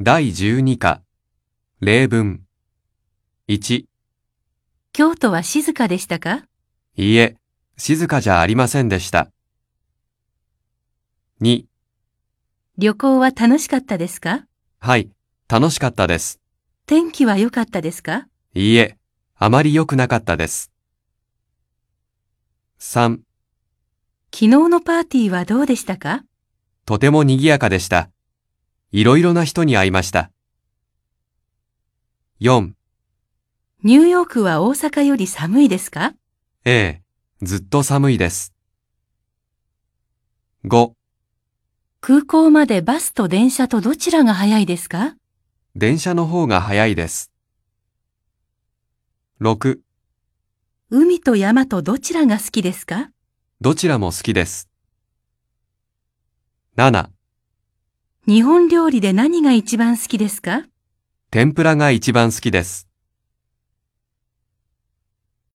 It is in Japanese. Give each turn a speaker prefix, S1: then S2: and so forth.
S1: 第12課、例文。1、
S2: 京都は静かでしたか
S1: いいえ、静かじゃありませんでした。2、
S2: 旅行は楽しかったですか
S1: はい、楽しかったです。
S2: 天気は良かったですか
S1: いいえ、あまり良くなかったです。3、
S2: 昨日のパーティーはどうでしたか
S1: とても賑やかでした。いろいろな人に会いました。4、
S2: ニューヨークは大阪より寒いですか
S1: ええ、ずっと寒いです。5、
S2: 空港までバスと電車とどちらが早いですか
S1: 電車の方が早いです。6、
S2: 海と山とどちらが好きですか
S1: どちらも好きです。7、
S2: 日本料理で何が一番好きですか
S1: 天ぷらが一番好きです。